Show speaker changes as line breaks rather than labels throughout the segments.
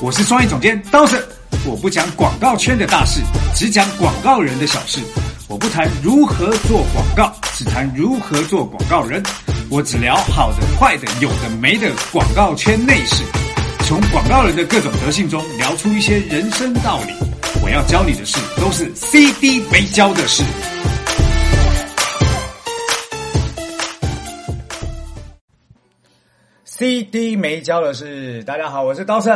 我是创意总监刀子。我不讲广告圈的大事，只讲广告人的小事。我不谈如何做广告，只谈如何做广告人。我只聊好的、坏的、有的、没的广告圈内事，从广告人的各种德性中聊出一些人生道理。我要教你的事，都是 CD 没教的事。CD 没教的事，大家好，我是刀圣。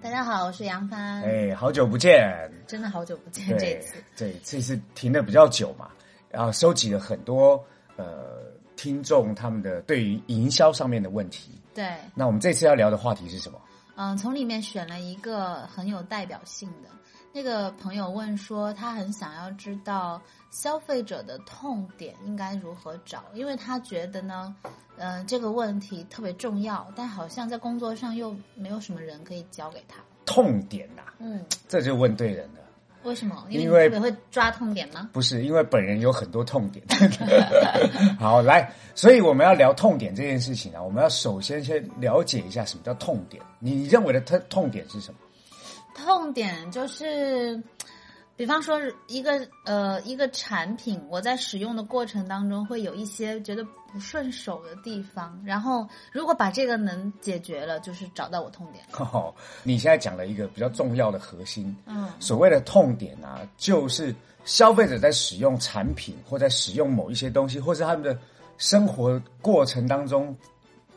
大家好，我是杨帆。
哎，好久不见。
真的好久不见，嗯 这次
对这次停的比较久嘛，然后收集了很多呃听众他们的对于营销上面的问题。
对，
那我们这次要聊的话题是什么？
嗯、从里面选了一个很有代表性的。那个朋友问说，他很想要知道消费者的痛点应该如何找，因为他觉得呢，呃，这个问题特别重要，但好像在工作上又没有什么人可以教给他。
痛点呐、
嗯，
这就问对人了。
为什么？
因
因
为
为你特别会抓痛点吗？
不是因为本人有很多痛点， 好来，所以我们要聊痛点这件事情啊，我们要首先先了解一下什么叫痛点。你认为的痛痛点是什么？
痛点就是，比方说一个呃一个产品，我在使用的过程当中会有一些觉得不顺手的地方，然后如果把这个能解决了，就是找到我痛点。
哦，你现在讲了一个比较重要的核心，
嗯，
所谓的痛点啊，就是消费者在使用产品或在使用某一些东西，或是他们的生活过程当中，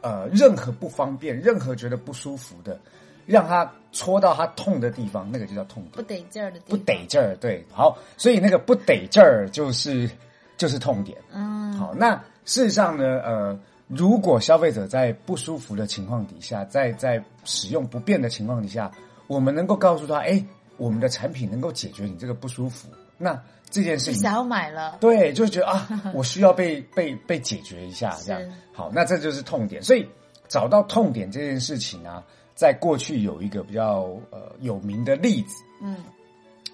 呃，任何不方便、任何觉得不舒服的，让他戳到他痛的地方，那个就叫痛点。
不得劲儿的地
不
方。
得劲儿，对，好，所以那个不得劲儿就是就是痛点。
嗯，
好，那事实上呢，呃，如果消费者在不舒服的情况底下，在在使用不便的情况底下，我们能够告诉他，哎，我们的产品能够解决你这个不舒服，那这件事
你
情
想要买了，
对，就觉得啊，我需要被被被解决一下，这样
是
好，那这就是痛点。所以找到痛点这件事情啊，在过去有一个比较呃有名的例子，
嗯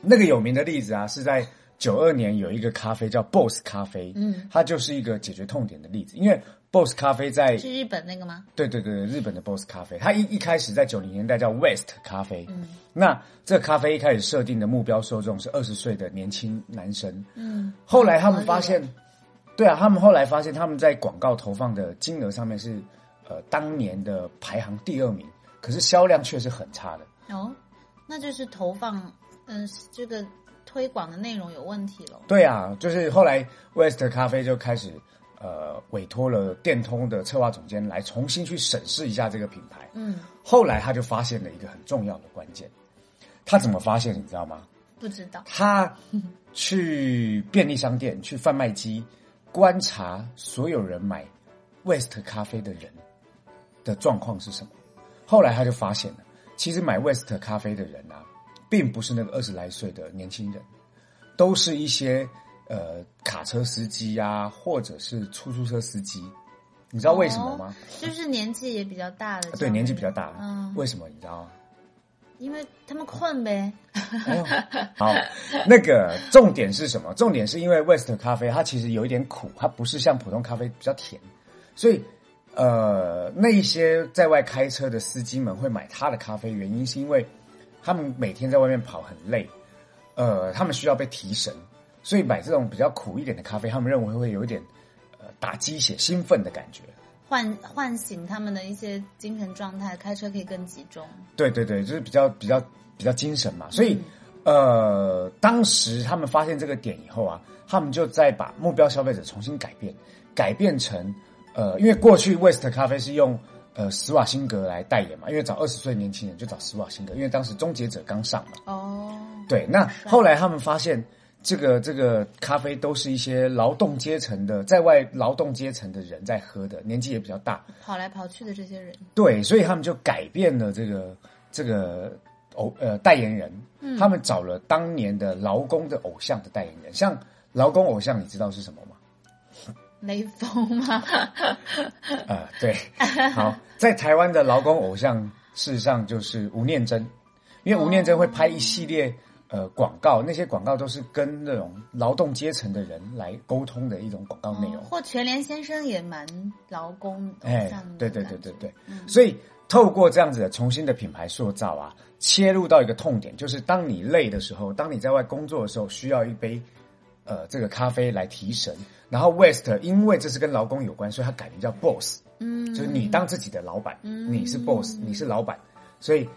那个有名的例子啊，是在九二年有一个咖啡叫 Boss 咖啡，
嗯，
它就是一个解决痛点的例子。因为 Boss 咖啡在
是日本那个吗？
对对对对日本的 Boss 咖啡，它一一开始在九零年代叫 West 咖啡，
嗯
那这咖啡一开始设定的目标受众是二十岁的年轻男生，
嗯，
后来他们发
合
现，对啊，他们后来发现他们在广告投放的金额上面是呃当年的排行第二名，可是销量却是很差的。
理了哦，那就是投放嗯、这个推广的内容有问题了。
对啊，就是后来 West 咖啡就开始呃委托了电通的策划总监来重新去审视一下这个品牌。
嗯，
后来他就发现了一个很重要的关键，他怎么发现你知道吗？
不知道。
他去便利商店、去贩卖机观察所有人买 West 咖啡的人的状况是什么。后来他就发现了，其实买 West 咖啡的人啊，并不是那个二十来岁的年轻人，都是一些呃卡车司机啊，或者是出租车司机。你知道为什么吗？
就是年纪也比较大的，
啊对，年纪比较大，
嗯，
为什么你知道吗？
因为他们困呗，
哎呦，好，那个重点是什么？重点是因为 West 咖啡它其实有一点苦，它不是像普通咖啡比较甜，所以呃，那一些在外开车的司机们会买它的咖啡，原因是因为他们每天在外面跑很累，呃，他们需要被提神，所以买这种比较苦一点的咖啡，他们认为会有一点呃打鸡血、兴奋的感觉。
唤唤醒他们的一些精神状态，开车可以更集中。
对对对，就是比较比较比较精神嘛。所以、呃，当时他们发现这个点以后啊，他们就在把目标消费者重新改变，改变成呃，因为过去 West 咖啡是用呃施瓦辛格来代言嘛，因为找二十岁年轻人就找施瓦辛格，因为当时终结者刚上嘛。
哦，
对，那后来他们发现，这个这个咖啡都是一些劳动阶层的，在外劳动阶层的人在喝的，年纪也比较大，
跑来跑去的这些人，
对，所以他们就改变了这个这个偶呃代言人，他们找了当年的劳工的偶像的代言人，像劳工偶像，你知道是什么吗？
雷锋吗？
呃，对，好，在台湾的劳工偶像事实上就是吴念真，因为吴念真会拍一系列呃广告，那些广告都是跟那种劳动阶层的人来沟通的一种广告 内容。
或全联先生也蛮劳工偶
哎
像的，
对对
感
对
觉
对对，所以透过这样子的重新的品牌塑造啊，切入到一个痛点，就是当你累的时候，当你在外工作的时候，需要一杯呃这个咖啡来提神。然后 West 因为这是跟劳工有关，所以它改名叫 Boss，
嗯，
就是你当自己的老板，
嗯
你是 Boss，你是老板，所以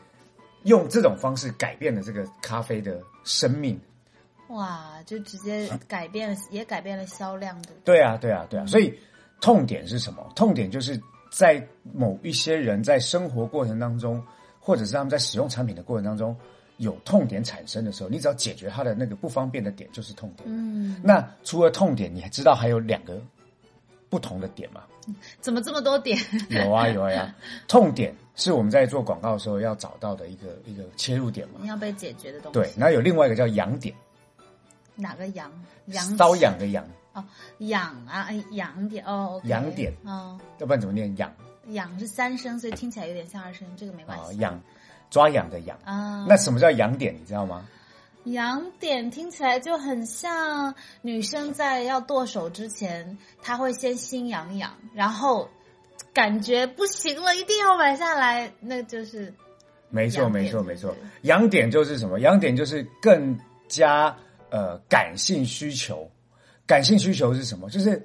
用这种方式改变了这个咖啡的生命。
哇，就直接改变了，也改变了销量的。
对啊，对啊，对啊。所以痛点是什么？痛点就是在某一些人在生活过程当中，或者是他们在使用产品的过程当中有痛点产生的时候，你只要解决他的那个不方便的点，就是痛点。
嗯，
那除了痛点，你还知道还有两个不同的点吗？
怎么这么多点？
有啊，有啊，有啊。痛点是我们在做广告的时候要找到的一个一个切入点嘛。
要被解决的东西。
对，然后有另外一个叫痒点，
哪个痒？痒
瘙痒的痒，
哦，痒啊，哎痒点哦，OK，
痒点
哦，
要不然怎么念痒
痒是三声，所以听起来有点像二声，这个没关
啊？
系。
痒，抓痒的痒。
啊，
那什么叫痒点？你知道吗？
痒点听起来就很像女生在要剁手之前，她会先心痒痒，然后感觉不行了，一定要买下来，那就是
没错，
痒点
没错，没错
对。
痒点就是什么？痒点就是更加呃感性需求。感性需求是什么？就是嘖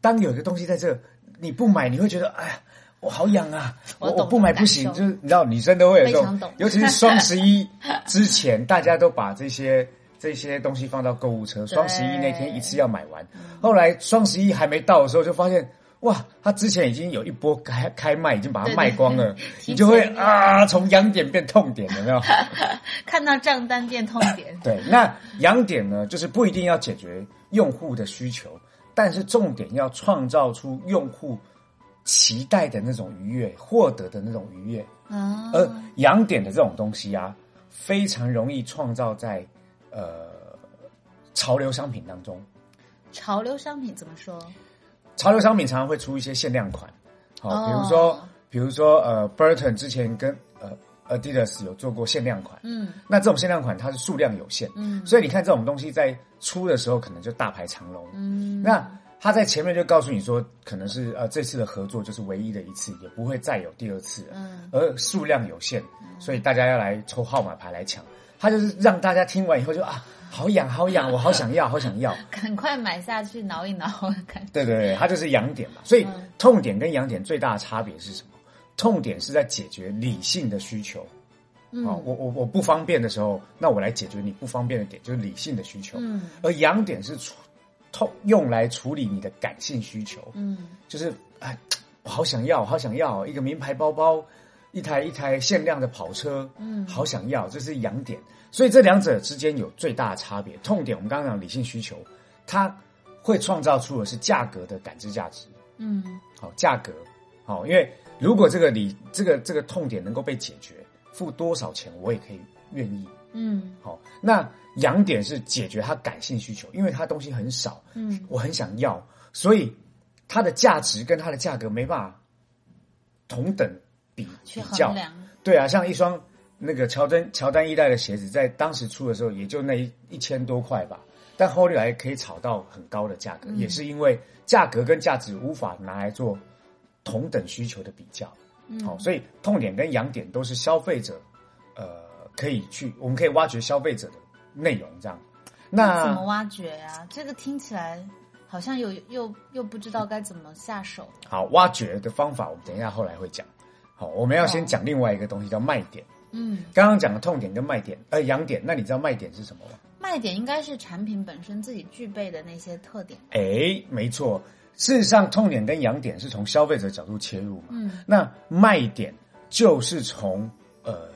当有一个东西在这，你不买，你会觉得哎呀，我好痒啊！
我
我
懂
不买不行，
感受
就是你知道，女生都会有这
非常懂
种，尤其是双十一之 前，大家都把这些这些东西放到购物车。双十一那天一次要买完，
嗯
后来双十一还没到的时候，就发现。哇，他之前已经有一波开开卖，已经把它
对
卖光了，
提
你就会
前
啊。啊，从痒点变痛点，有没 有？。
看到账单变痛点
对，那痒点呢，就是不一定要解决用户的需求，但是重点要创造出用户期待的那种愉悦，获得的那种愉悦。
啊，
而痒点的这种东西啊，非常容易创造在呃潮流商品当中。
潮流商品怎么说？
潮流商品常常会出一些限量款，好、
哦
比如说，比如说呃，Burton 之前跟呃 Adidas 有做过限量款，
嗯
那这种限量款它是数量有限，
嗯
所以你看这种东西在出的时候可能就大排长龙。
嗯，
那他在前面就告诉你说，可能是呃这次的合作就是唯一的一次，也不会再有第二次了。
嗯
而数量有限，所以大家要来抽号码牌来抢。他就是让大家听完以后就啊，好痒好痒，我好想要，好想要。
嗯赶快买下去挠一挠，看
对对对，它就是痒点嘛。所以
嗯
痛点跟痒点最大的差别是什么？痛点是在解决理性的需求。
嗯
啊、我我我不方便的时候，那我来解决你不方便的点，就是理性的需求。
嗯
而痒点是处痛用来处理你的感性需求，
嗯
就是哎，我好想要，我好想要一个名牌包包，一台一台限量的跑车，
嗯
好想要，这是痒点。所以这两者之间有最大的差别。痛点我们刚刚讲理性需求，它会创造出的是价格的感知价值，
嗯
好、价格，好、因为如果这个理这个这个痛点能够被解决，付多少钱我也可以愿意，
嗯
好、那痒点是解决他感性需求，因为他东西很少，
嗯，
我很想要，所以它的价值跟它的价格没办法同等比
去
比
衡
较。
量，
对啊，像一双那个乔丹乔丹一代的鞋子，在当时出的时候也就那一一千多块吧，但后来可以炒到很高的价格，
嗯
也是因为价格跟价值无法拿来做同等需求的比较。
嗯
好、所以痛点跟痒点都是消费者，呃，可以去，我们可以挖掘消费者的内容，这样。那
怎么挖掘呀、这个听起来好像有又又不知道该怎么下手。
好，挖掘的方法我们等一下后来会讲。好，我们要先
好
讲另外一个东西叫卖点。
嗯，
刚刚讲的痛点跟卖点，呃，痒点，那你知道卖点是什么吗？
卖点应该是产品本身自己具备的那些特点。
哎，没错，事实上痛点跟痒点是从消费者角度切入嘛。
嗯
那卖点就是从呃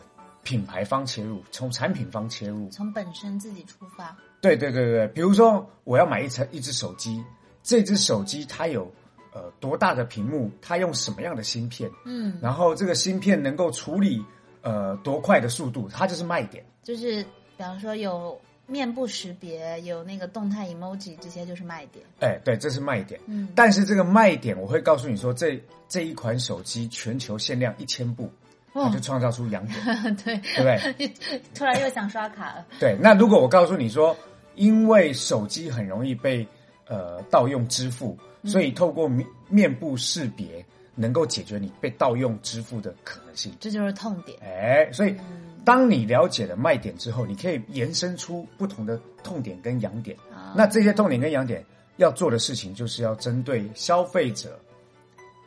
品牌方切入，从产品方切入。
从本身自己出发。
对对对对，比如说我要买一台一只手机，这只手机它有呃多大的屏幕，它用什么样的芯片，
嗯，
然后这个芯片能够处理呃多快的速度，它就是卖点。
就是比方说有面部识别，有那个动态 emoji，这些就是卖点。
哎，对，这是卖点。
嗯
但是这个卖点，我会告诉你说，这这一款手机全球限量一千部，它就创造出两点，
对，
对不对？
突然又想刷卡了。
对。那如果我告诉你说，因为手机很容易被呃盗用支付，所以透过面面部识别能够解决你被盗用支付的可能性。
这就是痛点。
哎，所以当你了解了卖点之后，你可以延伸出不同的痛点跟痒点。
啊
那这些痛点跟痒点要做的事情，就是要针对消费者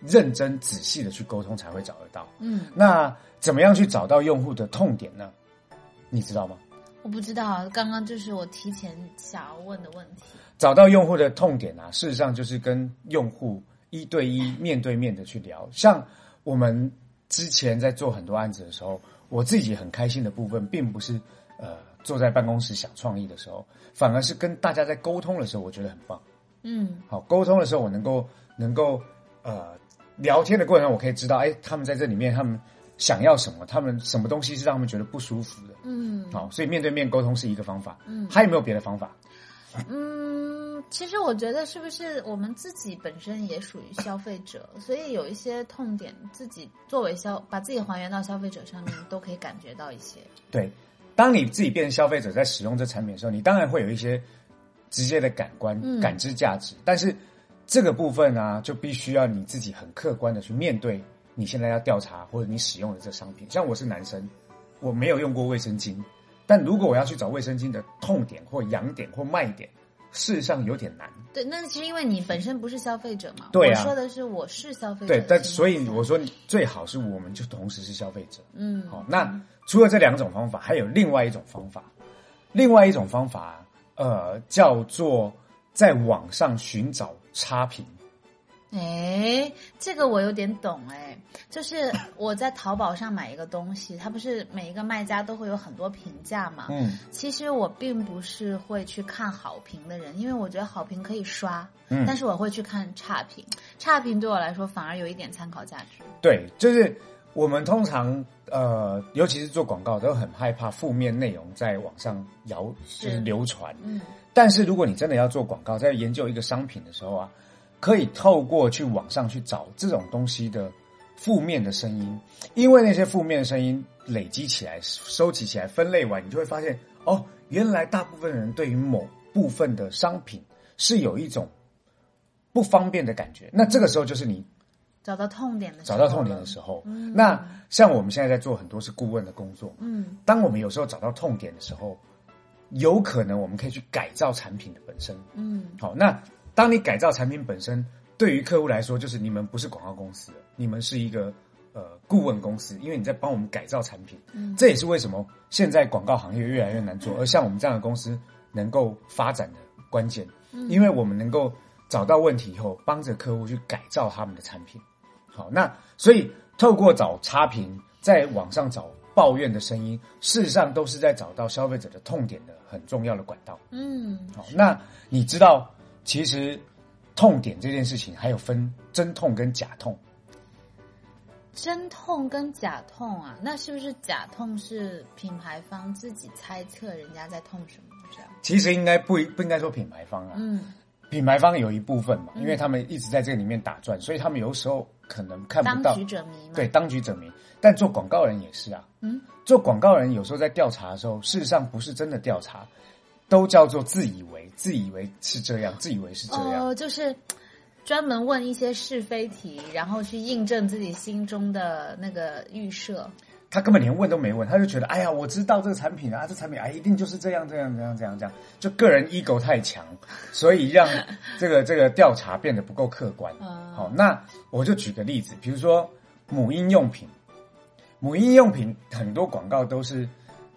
认真仔细的去沟通，才会找得到。
嗯，
那怎么样去找到用户的痛点呢？你知道吗？
我不知道，啊刚刚就是我提前想要问的问题。
找到用户的痛点啊，事实上就是跟用户一对一、面对面的去聊。像我们之前在做很多案子的时候，我自己很开心的部分，并不是呃坐在办公室想创意的时候，反而是跟大家在沟通的时候，我觉得很棒。
嗯
好，沟通的时候我能够能够呃聊天的过程中，我可以知道，哎，他们在这里面他们想要什么，他们什么东西是让他们觉得不舒服的。
嗯
好，所以面对面沟通是一个方法。
嗯
还有没有别的方法？
嗯，其实我觉得是不是我们自己本身也属于消费者，所以有一些痛点，自己作为消把自己还原到消费者上面，都可以感觉到一些。
对，当你自己变成消费者，在使用这产品的时候，你当然会有一些直接的感官、
嗯
感知价值，但是这个部分啊，就必须要你自己很客观的去面对你现在要调查或者你使用的这商品。像我是男生，我没有用过卫生巾，但如果我要去找卫生巾的痛点或痒点或卖点，事实上有点难。
对，那是因为你本身不是消费者嘛。
对啊
我说的是我是消费者的
对
情况下。，
但所以我说，最好是我们就同时是消费者。
嗯，
好，那除了这两种方法，还有另外一种方法，另外一种方法，呃，叫做在网上寻找差评。
哎，这个我有点懂哎，就是我在淘宝上买一个东西，它不是每一个卖家都会有很多评价嘛。
嗯
其实我并不是会去看好评的人，因为我觉得好评可以刷，
嗯
但，是我会去看差评。差评对我来说反而有一点参考价值。
对，就是我们通常呃，尤其是做广告，都很害怕负面内容在网上谣就是
是
流传。
嗯
但是如果你真的要做广告，在研究一个商品的时候啊，可以透过去网上去找这种东西的负面的声音，因为那些负面的声音累积起来、收集起来、分类完，你就会发现哦，原来大部分人对于某部分的商品是有一种不方便的感觉。那这个时候就是你
找到痛点的时
找
候
到痛点的
了
时候。
嗯
那像我们现在在做很多是顾问的工作，
嗯
当我们有时候找到痛点的时候，有可能我们可以去改造产品的本身。
嗯
好，那当你改造产品本身，对于客户来说，就是你们不是广告公司，你们是一个呃顾问公司，因为你在帮我们改造产品。
嗯
这也是为什么现在广告行业越来越难做，而像我们这样的公司能够发展的关键，
嗯
因为我们能够找到问题以后，帮着客户去改造他们的产品。好，那所以透过找差评，在网上找抱怨的声音，事实上都是在找到消费者的痛点的很重要的管道。
嗯
好，那你知道，其实痛点这件事情还有分真痛跟假痛。
真痛跟假痛啊，那是不是假痛是品牌方自己猜测人家在痛什么这样？
其实应该不不应该说品牌方啊，
嗯，
品牌方有一部分嘛，
嗯
因为他们一直在这里面打转，所以他们有时候可能看
当
不到
局。者迷嘛。
对，，当局者迷。但做广告人也是啊，
嗯，
做广告人有时候在调查的时候，事实上不是真的调查，都叫做自以为，自以为是这样，自以为是这样。
哦，就是专门问一些是非题，然后去印证自己心中的那个预设。
他根本连问都没问，他就觉得，哎呀，我知道这个产品啊，这产品哎，一定就是这样这样这样这样这样，就个人 ego 太强，所以让这个这个调查变得不够客观。
嗯
好，那我就举个例子，比如说母婴用品，母婴用品很多广告都是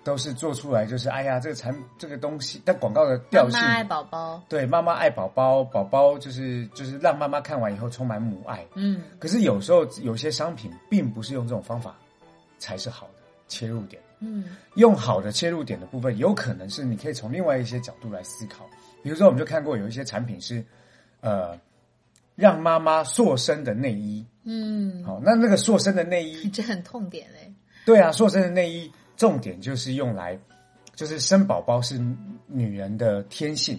都是做出来就是，哎呀，这个产这个东西，但广告的调性
妈，妈爱宝宝，
对，妈妈爱宝宝，宝宝就是就是让妈妈看完以后充满母爱。
嗯
可是有时候有些商品并不是用这种方法才是好的切入点，
嗯
用好的切入点的部分，有可能是你可以从另外一些角度来思考。比如说，我们就看过有一些产品是，呃，让妈妈塑身的内衣。
嗯，
好、那那个塑身的内衣，
这很痛点嘞。
对啊，塑身的内衣重点就是用来，就是生宝宝是女人的天性，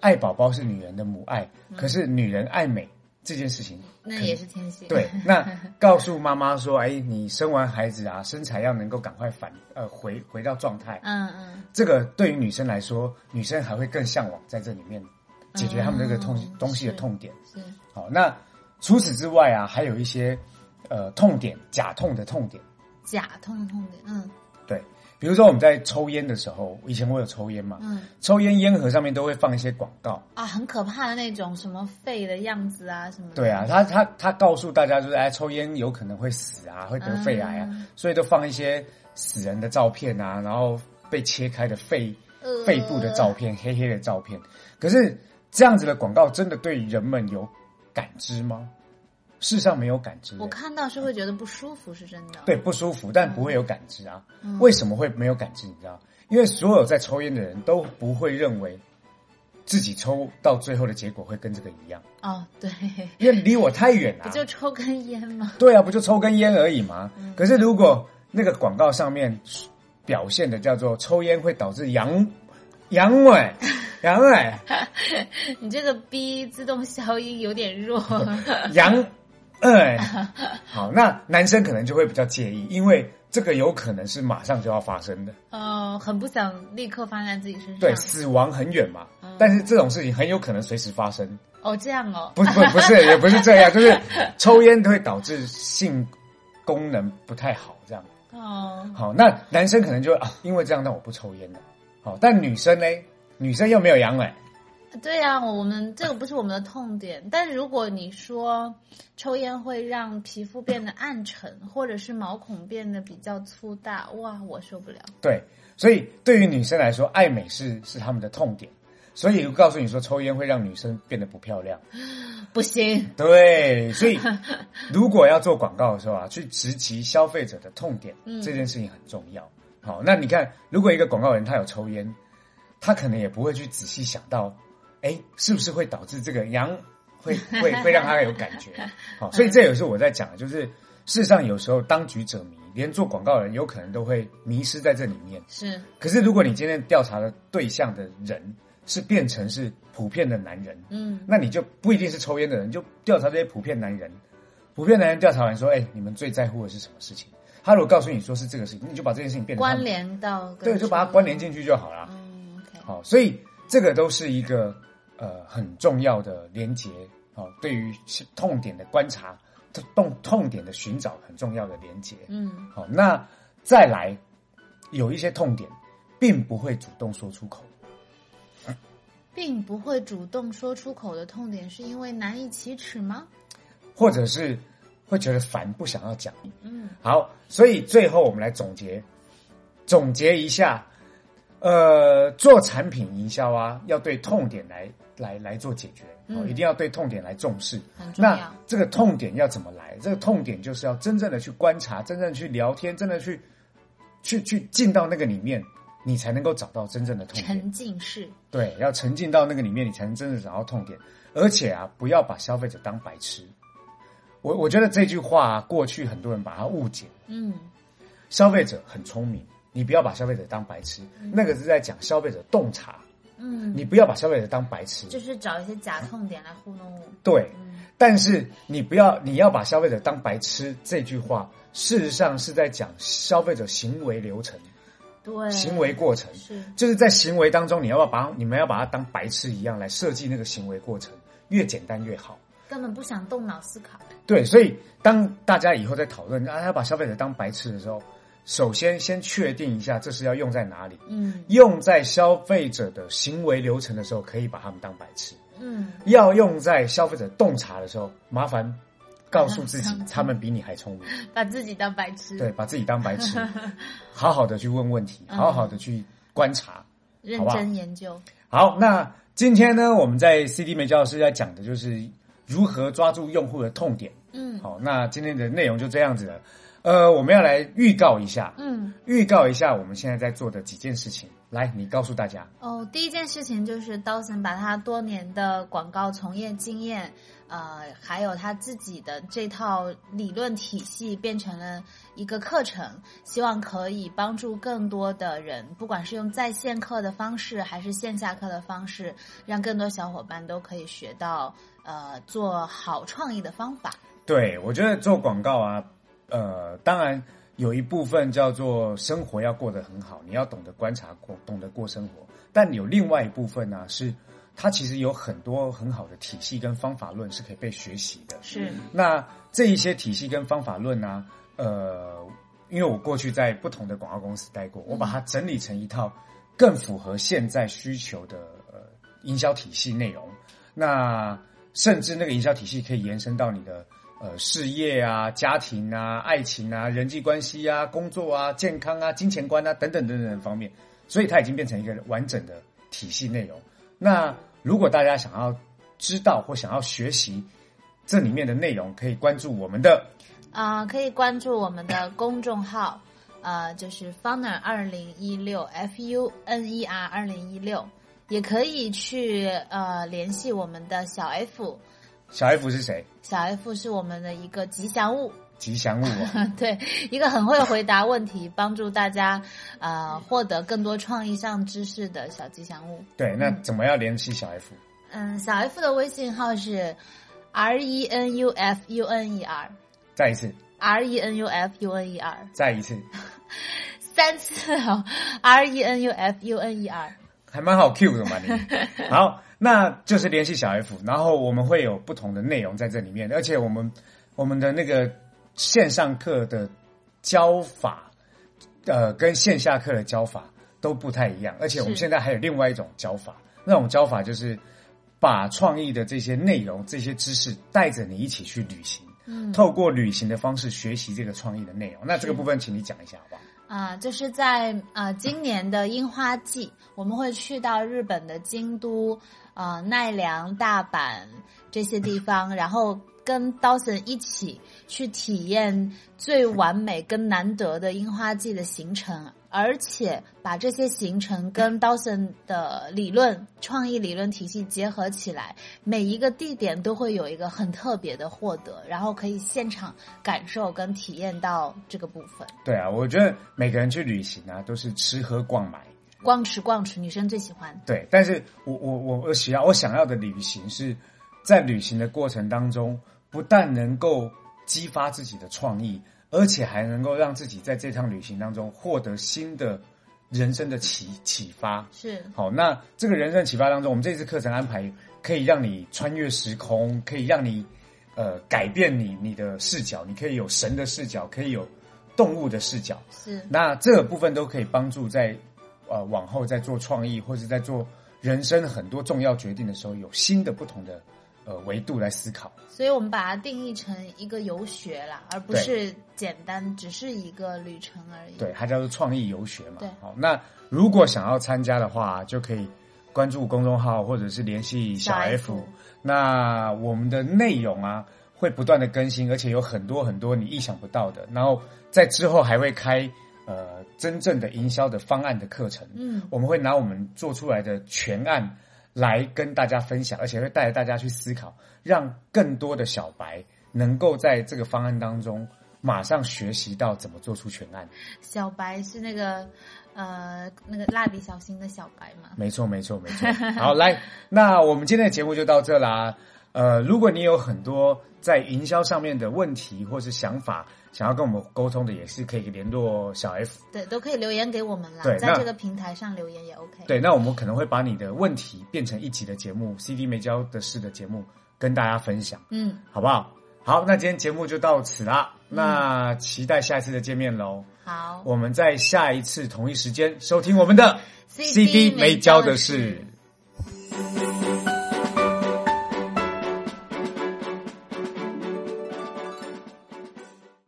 爱宝宝是女人的母爱。可是女人爱美这件事情，
那也是天性。
对，那告诉妈妈说，哎，你生完孩子啊，身材要能够赶快反呃回回到状态。
嗯嗯，
这个对于女生来说，女生还会更向往在这里面解决他们这个痛、
嗯
东西的
是
痛点。
是
好，那除此之外啊，还有一些呃痛点，假痛的痛点。
假痛痛点，嗯
对，比如说我们在抽烟的时候，以前我有抽烟嘛，
嗯
抽烟烟盒上面都会放一些广告。
啊，很可怕的那种什么肺的样子啊，什么的
对啊，，他他他告诉大家就是，哎，抽烟有可能会死啊，会得肺癌啊，
嗯
所以都放一些死人的照片啊，然后被切开的肺
呃
肺部的照片，黑黑的照片。可是这样子的广告真的对人们有感知吗？世上没有感知、
我看到是会觉得不舒服，是真的。
对，不舒服，但不会有感知啊。
嗯
为什么会没有感知？你知道？因为所有在抽烟的人都不会认为自己抽到最后的结果会跟这个一样，
哦，对，
因为离我太远啊了、
不就抽根烟吗？
对啊，不就抽根烟而已嘛。可是如果那个广告上面表现的叫做抽烟会导致阳阳痿、阳痿、
你这个 B 自动消音有 点弱。
阳痿，好，那男生可能就会比较介意，因为这个有可能是马上就要发生的，
哦，很不想立刻发生在自己身上。
对，死亡很远嘛。但是这种事情很有可能随时发生，
哦，这样哦，
不不不是，也不是这样，就是抽烟会导致性功能不太好这样。
哦，
好，那男生可能就啊，因为这样，那我不抽烟了。好，但女生呢？女生又没有阳痿，
对呀、啊，我们这个不是我们的痛点。但是如果你说抽烟会让皮肤变得暗沉，或者是毛孔变得比较粗大，哇，我受不了。
对，所以对于女生来说，爱美是是她们的痛点。所以告诉你说，抽烟会让女生变得不漂亮。
不行，
对，所以如果要做广告的时候啊，去直击消费者的痛点，
嗯
这件事情很重要。好，那你看，如果一个广告人他有抽烟，他可能也不会去仔细想到，哎，是不是会导致这个阳会会会让他有感觉？好，所以这也是我在讲的，就是事实上有时候当局者迷，连做广告人有可能都会迷失在这里面。
是
可是如果你今天调查的对象的人是变成是普遍的男人，
嗯，
那你就不一定是抽烟的人，你就调查这些普遍男人。普遍男人调查完说：“哎、你们最在乎的是什么事情？”他如果告诉你说是这个事情，你就把这件事情变成他们
关，联到跟
对，就把它
抽
关联。进去就好了。
嗯，OK，
好，所以这个都是一个呃很重要的连接。好，对于痛点的观察、痛痛痛点的寻找很重要的连接。
嗯，
好，那再来有一些痛点，并不会主动说出口。
并不会主动说出口的痛点，是因为难以启齿吗？
或者是会觉得烦，不想要讲。
嗯，
好，所以最后我们来总结，总结一下，呃，做产品营销啊，要对痛点来来来做解决，哦，
嗯
一定要对痛点来重视。
很重
那
要。
这个痛点要怎么来？这个痛点就是要真正的去观察，真正地去聊天，真的去去去进到那个里面，你才能够找到真正的痛点。
沉浸式，
对，要沉浸到那个里面，你才能真的找到痛点。而且啊，不要把消费者当白痴。我我觉得这句话、啊、过去很多人把它误解，
嗯，
消费者很聪明，你不要把消费者当白痴，那个是在讲消费者洞察，
嗯，
你不要把消费者当白痴。
就是找一些假痛点来糊弄我。
对，
嗯
但是你不要你要把消费者当白痴这句话，事实上是在讲消费者行为流程、
对，
行为过程。
是
就是在行为当中，你要不要把你们要把它当白痴一样来设计那个行为过程，越简单越好。
根本不想动脑思考。
对，所以当大家以后在讨论啊要把消费者当白痴的时候，首先先确定一下这是要用在哪里，
嗯
用在消费者的行为流程的时候，可以把他们当白痴；
嗯，
要用在消费者洞察的时候，麻烦告诉自己
嗯
他们比你还聪明，
把自己当白痴，
对，把自己当白 痴，好好的去问问题，
嗯
好好的去观察。
认
好不好
真研究。
好，那今天呢，我们在 CD 美教老师要讲的就是如何抓住用户的痛点。
嗯
好，那今天的内容就这样子了。呃，我们要来预告一下，
嗯
预告一下我们现在在做的几件事情。来，你告诉大家，
哦，第一件事情就是 Dawson 把他多年的广告从业经验，呃，还有他自己的这套理论体系变成了一个课程，希望可以帮助更多的人，不管是用在线课的方式，还是线下课的方式，让更多小伙伴都可以学到呃做好创意的方法。
对我觉得做广告啊，呃，当然有一部分叫做生活要过得很好，你要懂得观察过，懂得过生活。但有另外一部分呢、是它其实有很多很好的体系跟方法论是可以被学习的。
是
那这一些体系跟方法论呢、呃，因为我过去在不同的广告公司待过，我把它整理成一套更符合现在需求的呃营销体系内容。那甚至那个营销体系可以延伸到你的呃事业啊、家庭啊、爱情啊、人际关系啊、工作啊、健康啊、金钱观啊等等等等方面，所以它已经变成一个完整的体系内容。那如果大家想要知道或想要学习这里面的内容，可以关注我们的
啊、可以关注我们的公众号，呃，就是 Funer 二零一六 F U N E R 二零一六，也可以去呃联系我们的小 F，
小 F 是谁？
小 F 是我们的一个吉祥物，
吉祥物、哦，
对，一个很会回答问题，帮助大家呃获得更多创意上知识的小吉祥物。
对，那怎么样联系小 F？
嗯，小 F 的微信号是 R E N U F U N E R
再一次，
R E N U F U N E R
再一次，
三次哦，R E N U F U N E R。
还蛮好 Q 的嘛 你。好，那就是联系小 F，然后我们会有不同的内容在这里面，而且我们我们的那个线上课的教法，呃，跟线下课的教法都不太一样，而且我们
是
现在还有另外一种教法，那种教法就是把创意的这些内容、这些知识带着你一起去旅行。
嗯
透过旅行的方式学习这个创意的内容，那这个部分请你讲一下好不好？
啊、就是在呃今年的樱花季，我们会去到日本的京都、呃奈良、大阪这些地方，然后跟 Dawson 一起去体验最完美跟难得的樱花季的行程，而且把这些行程跟 Dawson 的理论、创意理论体系结合起来，每一个地点都会有一个很特别的获得，然后可以现场感受跟体验到这个部分。
对啊，我觉得每个人去旅行啊，都是吃喝逛买，
逛吃逛吃，女生最喜欢。
对，但是我我我我想要我想要的旅行是在旅行的过程当中，不但能够激发自己的创意，而且还能够让自己在这趟旅行当中获得新的人生的启启发。
是
好，那这个人生启发当中，我们这次课程安排可以让你穿越时空，可以让你呃改变你你的视角，你可以有神的视角，可以有动物的视角。
是，
那这个部分都可以帮助在呃往后在做创意或是在做人生很多重要决定的时候，有新的不同的呃维度来思考。
所以我们把它定义成一个游学啦，而不
对
是简单只是一个旅程而已。
对，它叫做创意游学嘛
对。
好，那如果想要参加的话，就可以关注公众号或者是联系小
小
F。
F
那我们的内容啊会不断的更新，而且有很多很多你意想不到的。然后在之后还会开呃真正的营销的方案的课程。
嗯，
我们会拿我们做出来的全案来跟大家分享，而且会带着大家去思考，让更多的小白能够在这个方案当中马上学习到怎么做出全案。
小白是那个呃那个蜡笔小新的小白嘛？
没错，没错，没错。好，来，那我们今天的节目就到这啦。呃，如果你有很多在营销上面的问题或是想法，想要跟我们沟通的，也是可以联络小 F。
对，都可以留言给我们啦
对，
在
那
这个平台上留言也 OK。
对，那我们可能会把你的问题变成一集的节目，CD 没教的事的节目跟大家分享。
嗯，
好不好？好，那今天节目就到此啦。那期待下一次的见面喽。
好
我们在下一次同一时间收听我们的
CD 没教的事
事。